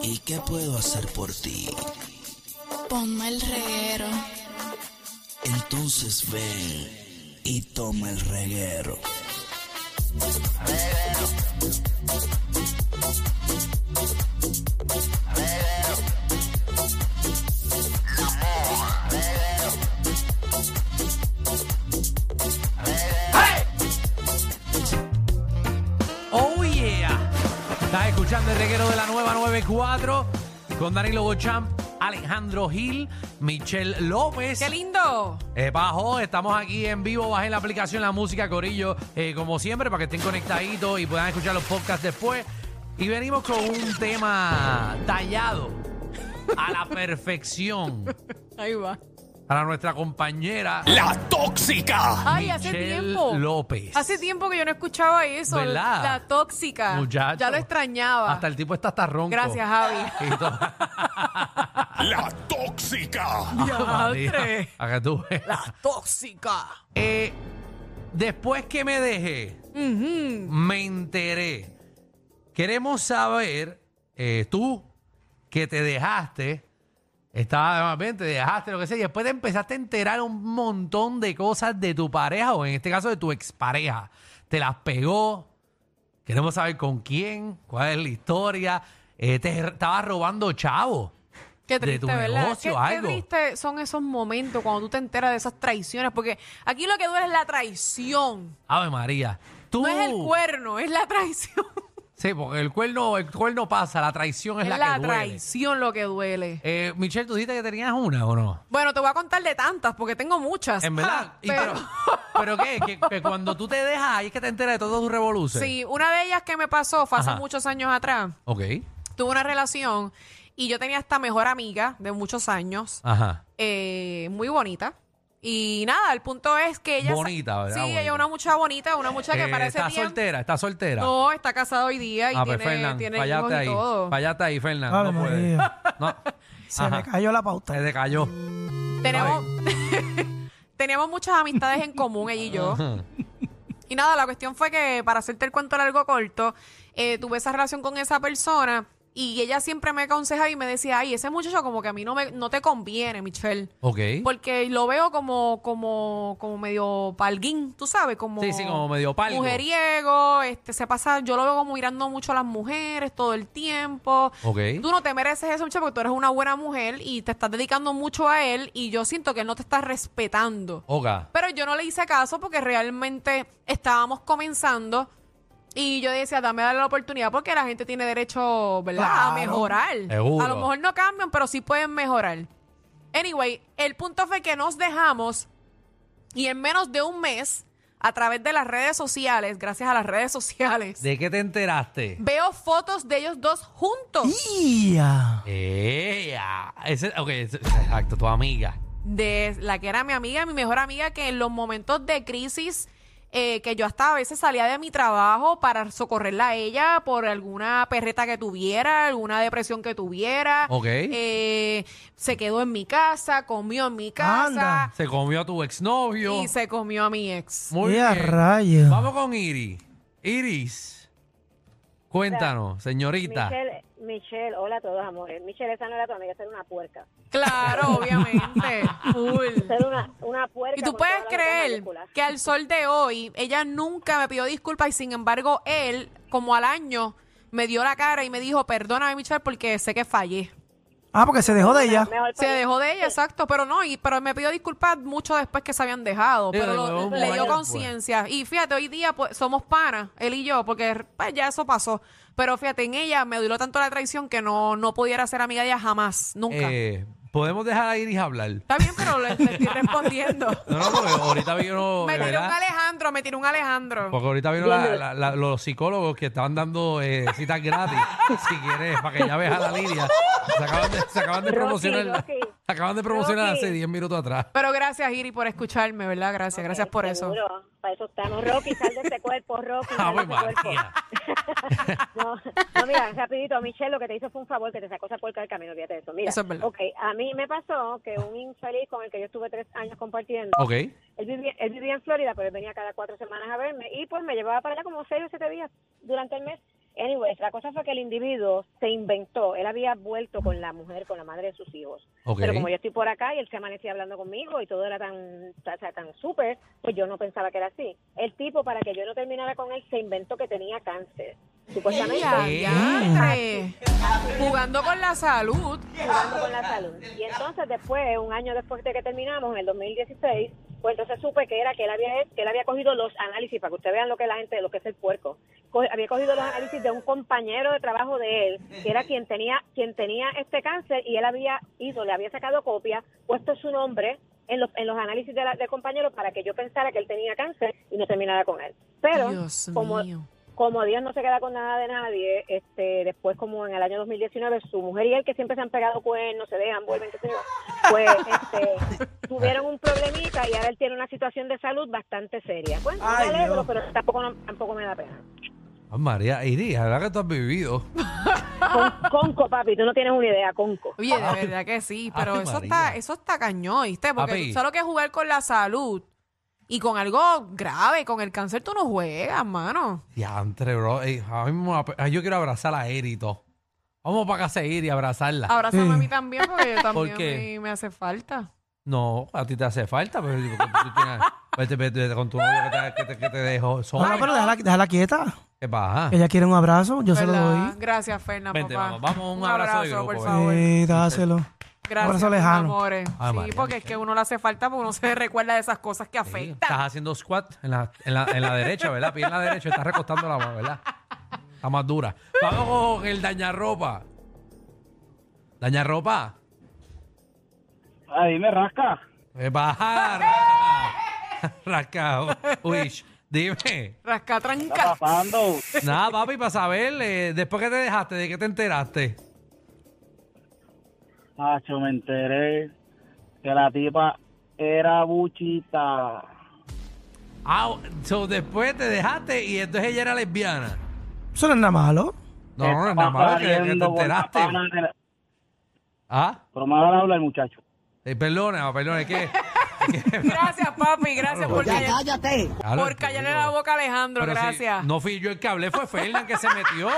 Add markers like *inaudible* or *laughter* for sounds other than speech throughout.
¿Y qué puedo hacer por ti? ponme el reguero. Entonces ven y toma el reguero. Oh yeah. Estás escuchando el reguero de la nueva 94 con Danilo Bochamp, Alejandro Gil, Michelle López. ¡Qué lindo! Eh, Bajo, estamos aquí en vivo. Bajen la aplicación La Música Corillo, eh, como siempre, para que estén conectaditos y puedan escuchar los podcasts después. Y venimos con un tema tallado a la perfección Ahí va. para nuestra compañera ¡La tóxica! Ay, hace Michelle tiempo. López. Hace tiempo que yo no escuchaba eso. ¿Verdad? La tóxica. Muchacho. Ya lo extrañaba. Hasta el tipo está hasta ronco. *laughs* Gracias, Javi. *laughs* Y todo- ¡La tóxica! *laughs* Diantre. A que tú veas. La tóxica. Eh, después que me dejé, me enteré. Queremos saber, eh, tú que te dejaste, estaba bien, te dejaste, lo que sea, y después te empezaste a enterar un montón de cosas de tu pareja, o en este caso de tu expareja. Te las pegó. Queremos saber con quién, cuál es la historia. Eh, te estabas robando chavo. Qué de triste, tu ¿verdad? negocio, qué, qué algo. triste son esos momentos cuando tú te enteras de esas traiciones. Porque aquí lo que duele es la traición. Ave María. Tú. No es el Uh. cuerno, es la traición. *laughs* Sí, porque el cuerno, el cuerno pasa, la traición es, Es la, la, que duele. traición lo que duele. Eh, Michelle, tú dijiste que tenías una o no? Bueno, te voy a contar de tantas porque tengo muchas. En verdad. *laughs* Ah, Y pero- pero, pero qué, que, que cuando tú te dejas ahí es que te enteras de todo tu revolución. Sí, una de ellas que me pasó fue hace Ajá. muchos años atrás. Ok. tuve una relación y yo tenía esta mejor amiga de muchos años, Ajá. eh, muy bonita. Y nada, el punto es que ella... Bonita, ¿verdad? Sí, Bonita. ella es una muchacha bonita, una muchacha que Eh, parece está soltera, está soltera. No, está casada hoy día y ah, pues, tiene, Fernan, tiene hijos fallaste y ahí. todo. Fallaste ahí, Fernan. Ave no puedes. María. *laughs* No. Se Ajá. me cayó la pauta. Se te cayó. Tenemos, *laughs* teníamos muchas amistades en común, ella y yo. Y nada, la cuestión fue que, para hacerte el cuento largo corto, eh, tuve esa relación con esa persona y ella siempre me aconsejaba y me decía, ay, ese muchacho como que a mí no, me, no te conviene, Michelle. Ok. Porque lo veo como, como, como medio palguín, tú sabes, como... Sí, sí, como medio palgo. Mujeriego, este, se pasa, yo lo veo como mirando mucho a las mujeres todo el tiempo. Ok. Tú no te mereces eso, muchacho, porque tú eres una buena mujer y te estás dedicando mucho a él y yo siento que él no te está respetando. Oga. Pero yo no le hice caso porque realmente estábamos comenzando y yo decía, dame darle la oportunidad porque la gente tiene derecho, ¿verdad? A Claro. mejorar. Seguro. A lo mejor no cambian, pero sí pueden mejorar. Anyway, el punto fue que nos dejamos y en menos de un mes, a través de las redes sociales, gracias a las redes sociales, ¿De qué te enteraste? veo fotos de ellos dos juntos. ¡Ya! Ella. Ese, ok, ese- exacto, tu amiga. de la que era mi amiga, mi mejor amiga, que en los momentos de crisis, eh, que yo hasta a veces salía de mi trabajo para socorrerla a ella por alguna perreta que tuviera, alguna depresión que tuviera. Ok. Eh, se quedó en mi casa, comió en mi casa Anda. Se comió a tu exnovio. y se comió a mi ex. Muy ¡Ya bien. rayo! Vamos con Iris. Iris, cuéntanos, señorita. Michelle, Michelle, hola a todos, Eh, amores. Michelle, esa no era tu amiga, esa era una puerca. Claro, obviamente. Full. Esa era una, una puerca. Y tú con puedes todas las letras creer mayúsculas. que al sol de hoy ella nunca me pidió disculpas y sin embargo él, como al año, me dio la cara y me dijo, perdóname, Michelle, porque sé que fallé. Ah, porque se dejó de ella. Mejor Se por- dejó de ella, exacto, pero no, y, pero me pidió disculpas mucho después que se habían dejado, Sí, pero de lo- nuevo, le dio pues. conciencia. Y fíjate, hoy día pues, somos panas, él y yo, porque pues, ya eso pasó. Pero fíjate, en ella me duró tanto la traición que no, no pudiera ser amiga de ella jamás, nunca. Eh, Podemos dejar a Iris hablar. Está bien, pero le, le estoy respondiendo. No, *laughs* no, porque ahorita vino. *laughs* me de tiró un verdad, Alejandro, me tiró un Alejandro. Porque ahorita vino la- la- la- los psicólogos que estaban dando eh, citas *laughs* gratis. si quieres, para que ya veas a la Lidia. Se acaban de, se acaban de Rocky, promocionar. Rocky. se acaban de promocionar Rocky. hace 10 minutos atrás. Pero gracias, Iri, por escucharme, ¿verdad? Gracias, gracias por eso. Seguro, para eso estamos. Rocky, sal de ese cuerpo, Rocky, sal de Ave ese cuerpo. María. *laughs* No, no, mira, rapidito, Michelle, lo que te hizo fue un favor, que te sacó esa puerca del camino, olvídate de eso. Mira, Eso es verdad. ok, a mí me pasó que un infeliz con el que yo estuve tres años compartiendo, Ok. él vivía, él vivía en Florida, pero él venía cada cuatro semanas a verme y pues me llevaba para allá como seis o siete días durante el mes. Anyways, la cosa fue que el individuo se inventó, él había vuelto con la mujer, con la madre de sus hijos. Ok. Pero como yo estoy por acá y él se amanecía hablando conmigo y todo era tan o sea, tan súper, pues yo no pensaba que era así. El tipo, para que yo no terminara con él, se inventó que tenía cáncer. Supuestamente, Ella, diantre, jugando con la salud. jugando con la salud. Y entonces después, un año después de que terminamos, en el 2016, pues entonces supe que era que él había que él había cogido los análisis, para que ustedes vean lo que la gente, lo que es el puerco. Co- había cogido los análisis de un compañero de trabajo de él, que era quien tenía, quien tenía este cáncer, y él había ido, le había sacado copia, puesto su nombre en los, en los análisis de la- del compañero para que yo pensara que él tenía cáncer y no terminara con él. Pero, Dios como, mío. como Dios no se queda con nada de nadie, este, después como en el año 2019 su mujer y él que siempre se han pegado cuernos, se dejan, vuelven, qué sé yo, pues este, *laughs* tuvieron un problemita y ahora él tiene una situación de salud bastante seria. Bueno, Ay, me alegro, Dios. pero tampoco, no- tampoco me da pena. Ave Ah, María, Iris, la verdad que tú has vivido. Con- conco, papi, tú no tienes una idea, Conco. Oye, de verdad que sí, pero Ave eso María. está, eso está cañón, ¿viste? Porque Papi. tú sabes lo que es jugar con la salud y con algo grave, con el cáncer tú no juegas, mano. Diantre, bro. Ey, ahora mismo ap- ah, yo quiero abrazar a Iris y todo. Vamos para casa de Iris y abrazarla. Abrázame a mí también *laughs* porque yo también qué? me, me hace falta. No, a ti te hace falta, pero digo, porque tú tienes- vete, vete, vete con tu novio que te, que te- que te dejó No, no, sola. Ah, pero déjala, déjala quieta. ¿Qué pasa? Ella quiere un abrazo, yo se lo ¿Verdad? Ah, doy. Gracias, Fernan, Vente, papá. vamos, vamos, un abrazo de grupo, por ven. favor. Eh, dáselo. Gracias, abrazo mis lejano. amores. Ay, sí, María, porque es que uno le hace falta porque uno se recuerda de esas cosas que afectan. Estás haciendo squat en la, en la, en la derecha, ¿verdad? Pierna derecha, estás recostando la mano, ¿verdad? Está más dura. Vamos con el dañarropa. Dañarropa. Ah, dime, rasca. ¿Qué pasa? *laughs* Rascado. Uy, dime. Rasca Está tranca. pasando. Nada, papi, para saber, eh, después que te dejaste, ¿de qué te enteraste? Nacho, me enteré que la tipa era buchita. Ah, so, después te dejaste y entonces ella era lesbiana. Eso no es nada malo. No, no, no, Está nada más que, que te saliendo con la enteraste. pana de la- Ah, Pero mal habla el muchacho. eh, perdona, perdona, es que... Gracias, papi. Gracias por, Ya callar, cállate. Claro, por te callarle digo. la boca a Alejandro. Pero si gracias. no fui yo el que hablé, fue Fernan que se metió.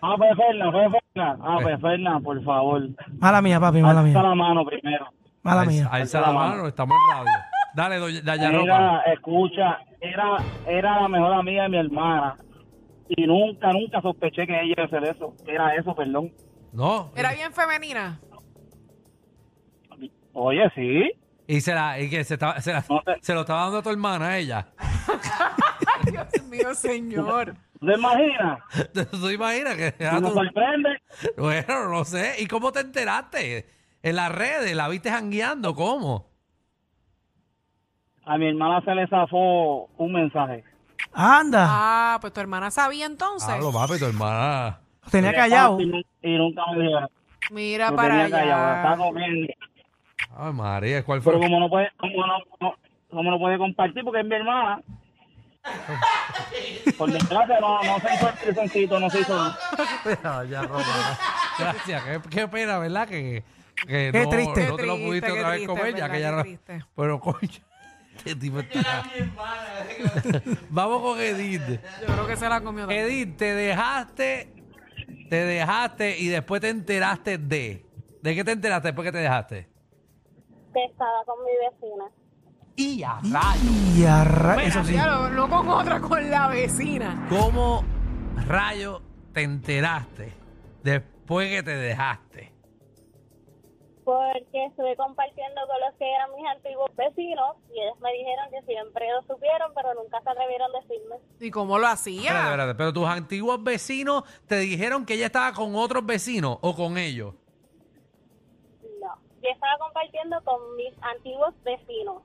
Ah, pues Ferna, pues Ferna. Ah, pues Ferna, por favor. Mala mía, papi, mala Alza mía. la mano primero. Mala Al- mía. Alza la mano, estamos en radio. Dale, doña Daya Ropa. Era, escucha, era, era la mejor amiga de mi hermana. Y nunca, nunca sospeché que ella iba a hacer eso. que Era eso, perdón. No. Era bien femenina. *laughs* Oye, sí. Y se la, y que se, estaba- se, la- No te- se lo estaba dando a tu hermana, ella. *laughs* Dios mío, señor. ¿Tú ¿Te imaginas? ¿Tú te imaginas que era ¿Tú nos tu... sorprende? *laughs* Bueno, no sé. ¿Y cómo te enteraste? En las redes, la viste jangueando, ¿cómo? A mi hermana se le zafó un mensaje. Anda. Ah, pues tu hermana sabía entonces. Hablo, papi, tu hermana. Lo tenía callado. Y nun- y nunca me dijeron. Mira Lo para tenía callado, allá. estaba comiendo. Ay, María, ¿cuál fue? Pero como no puede, como no, como- como no puede compartir porque es mi hermana. Por desgracia no, no se hizo el crisoncito, no se hizo. *laughs* Daya Ropa. Gracias. Qué, qué pena, ¿verdad? Que, que Qué no, triste. no te lo Qué pudiste triste, otra vez qué comer, triste, ya que ya no... ¿verdad? Qué triste. *laughs* Pero, coño, este tipo está... Vamos con Edith. Yo creo que se la comió. también. Edith, te dejaste, te dejaste y después te enteraste de. ¿De qué te enteraste después que te dejaste? Que estaba con mi vecina. Y Y arra... Eso sí. Eh, Ya, lo- no con otra, con la vecina. ¿Cómo rayo te enteraste después que te dejaste? porque estuve compartiendo con los que eran mis antiguos vecinos y ellos me dijeron que siempre lo supieron, pero nunca se atrevieron a decirme. ¿Y cómo lo Espérate, hacía? espérate, pero tus antiguos vecinos te dijeron que ella estaba con otros vecinos o con ellos. No, yo estaba compartiendo con mis antiguos vecinos.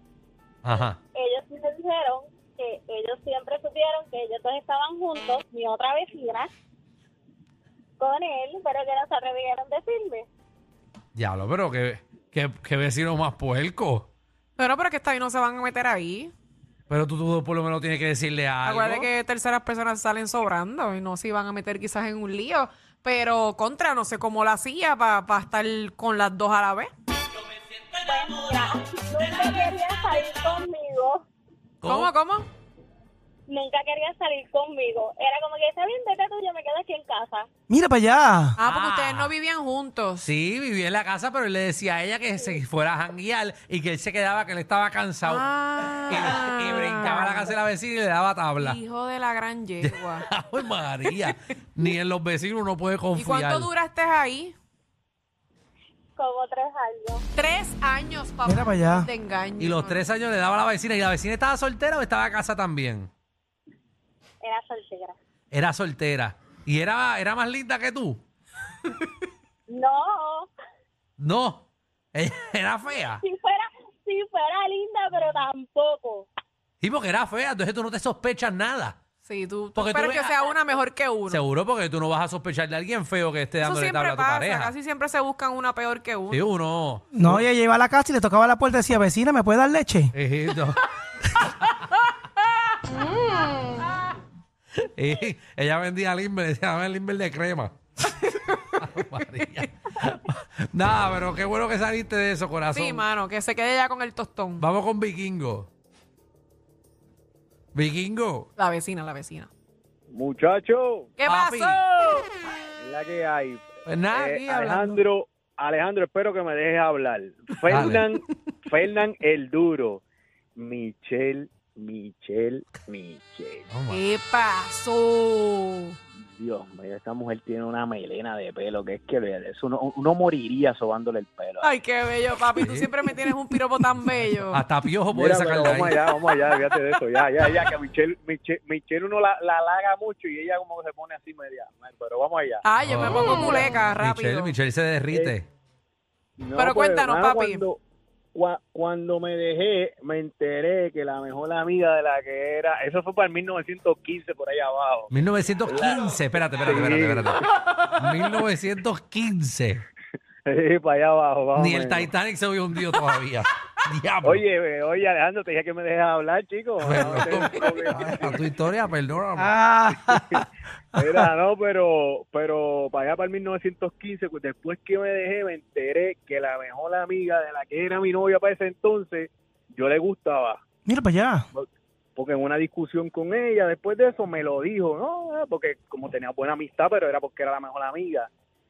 Ajá. Ellos sí me dijeron que ellos siempre supieron que ellos dos estaban juntos, mi otra vecina, con él, pero que no se atrevieron a decirme. Diablo, pero qué, qué, qué vecino más puerco. Pero, pero es que esta ahí no se van a meter ahí. Pero tú, tú por lo menos tienes que decirle algo. Acuérdate que terceras personas salen sobrando y no se iban a meter quizás en un lío. Pero contra, no sé cómo la hacía para estar con las dos a la vez. Pues mira, nunca querían salir conmigo. ¿Cómo, cómo? Nunca querían salir conmigo. Era como que, está bien, vete tú, yo me quedo aquí en casa. Mira para allá. Ah, Ah. porque ustedes no vivían juntos. Sí, vivía en la casa, pero él le decía a ella que se fuera a janguear y que él se quedaba, que él estaba cansado. Ah. Y, y brincaba a la casa de la vecina y le daba tabla. Hijo de la gran yegua. *laughs* Ay, María. Ni en los vecinos uno puede ¿Y confiar. cuánto duraste ahí? Como tres años. Tres años, papá. Mira para allá. De engaño. Y los tres años le daba a la vecina. ¿Y la vecina estaba soltera o estaba a casa también? Era soltera. Era soltera. ¿Y era, era más linda que tú? No, No. *laughs* Ella era fea. si fuera, si fuera linda, pero tampoco. Sí, porque era fea. Entonces tú no te sospechas nada. Sí, tú, tú Porque tú esperas ves que a- sea una mejor que uno. Seguro porque tú no vas a sospechar de alguien feo que esté Eso dándole tabla siempre a tu pasa. pareja. Casi siempre se buscan una peor que uno. Sí, uno. No, ella iba a la casa y le tocaba la puerta y decía, vecina, ¿me puede dar leche? Ejito. *laughs* Y ella vendía Limber, decía, dame Limber de crema. Ay, María. Nada, pero qué bueno que saliste de eso, corazón. Sí, mano, que se quede ya con el tostón. Vamos con Vikingo. Vikingo. La vecina, la vecina. Muchacho, ¿Qué Papi. pasó? la que hay. Pues nada, Eh, aquí hablando. Alejandro, Alejandro, espero que me dejes hablar. Fernán, Fernán el duro. Michelle, Michelle, Michelle. Oh, my- ¿Qué pasó? Dios mío, esta mujer tiene una melena de pelo que es que olvídate, eso uno, uno moriría sobándole el pelo. Ay, qué bello, papi. Tú siempre me tienes un piropo tan *laughs* bello. Hasta piojo puede Mira, sacar pero de vamos ahí. allá, vamos allá, fíjate de eso, ya, ya, ya, que Michelle, Michelle, Michelle uno la, la halaga mucho y ella como que se pone así media, pero vamos allá. Ah, yo me pongo culeca rápido. Michelle, Michelle se derrite. Eh, No, pues, Pero cuéntanos, hermano, papi. Cuando, cua- cuando me dejé, me enteré que la mejor amiga de la que era, eso fue para el 1915 por ahí abajo. *laughs* 1915, espérate, espérate, espérate, *laughs* espérate. 1915. Sí, para allá abajo. más o Ni el menos. Titanic se había hundido *laughs* todavía. Diablo. Oye, ve, oye, Alejandro, te dije que me dejes hablar, chico. *laughs* No, Perdón. tengo problema. *laughs* A tu historia, perdóname. Ah, Mira, no, pero, pero para allá, para el 1915, pues, después que me dejé, me enteré que la mejor amiga de la que era mi novia para ese entonces, yo le gustaba. mira para allá. porque en una discusión con ella, después de eso me lo dijo, ¿no? eh, Porque como tenía buena amistad, pero era porque era la mejor amiga.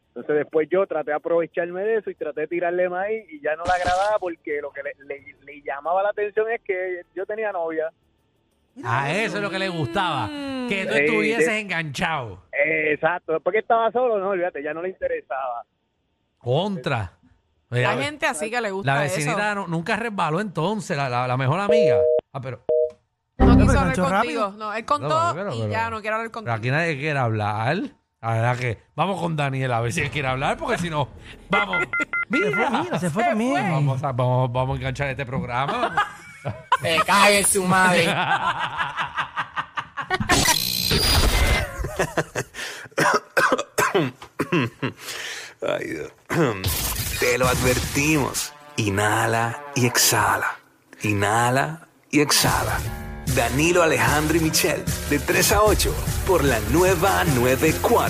Entonces después yo traté de aprovecharme de eso y traté de tirarle maíz y ya no la agradaba porque lo que le, le- le llamaba la atención es que yo tenía novia. A eso es lo que le gustaba. Que tú Sí, estuvieses sí. enganchado. Eh, exacto, después que estaba solo, no, olvídate, ya no le interesaba. Contra. Mira, La gente así que le gusta la eso. vecinita no- nunca resbaló entonces, la, la- la mejor amiga. Ah, pero, No pero quiso hablar enganchó contigo. rápido. No, él contó No, pero- y pero- ya no quiero hablar pero contigo. aquí nadie quiere hablar. La verdad que vamos con Daniel a ver si él quiere hablar, porque si no, *laughs* vamos. Se fue, Mira. mira, se fue Se también. Vamos a, vamos, vamos a enganchar este programa. Me cae en su madre. Ay, Dios. *clears throat* Te lo advertimos. Inhala y exhala. Inhala y exhala. Danilo Alejandro y Michelle, de 3 a 8, por la nueva 94.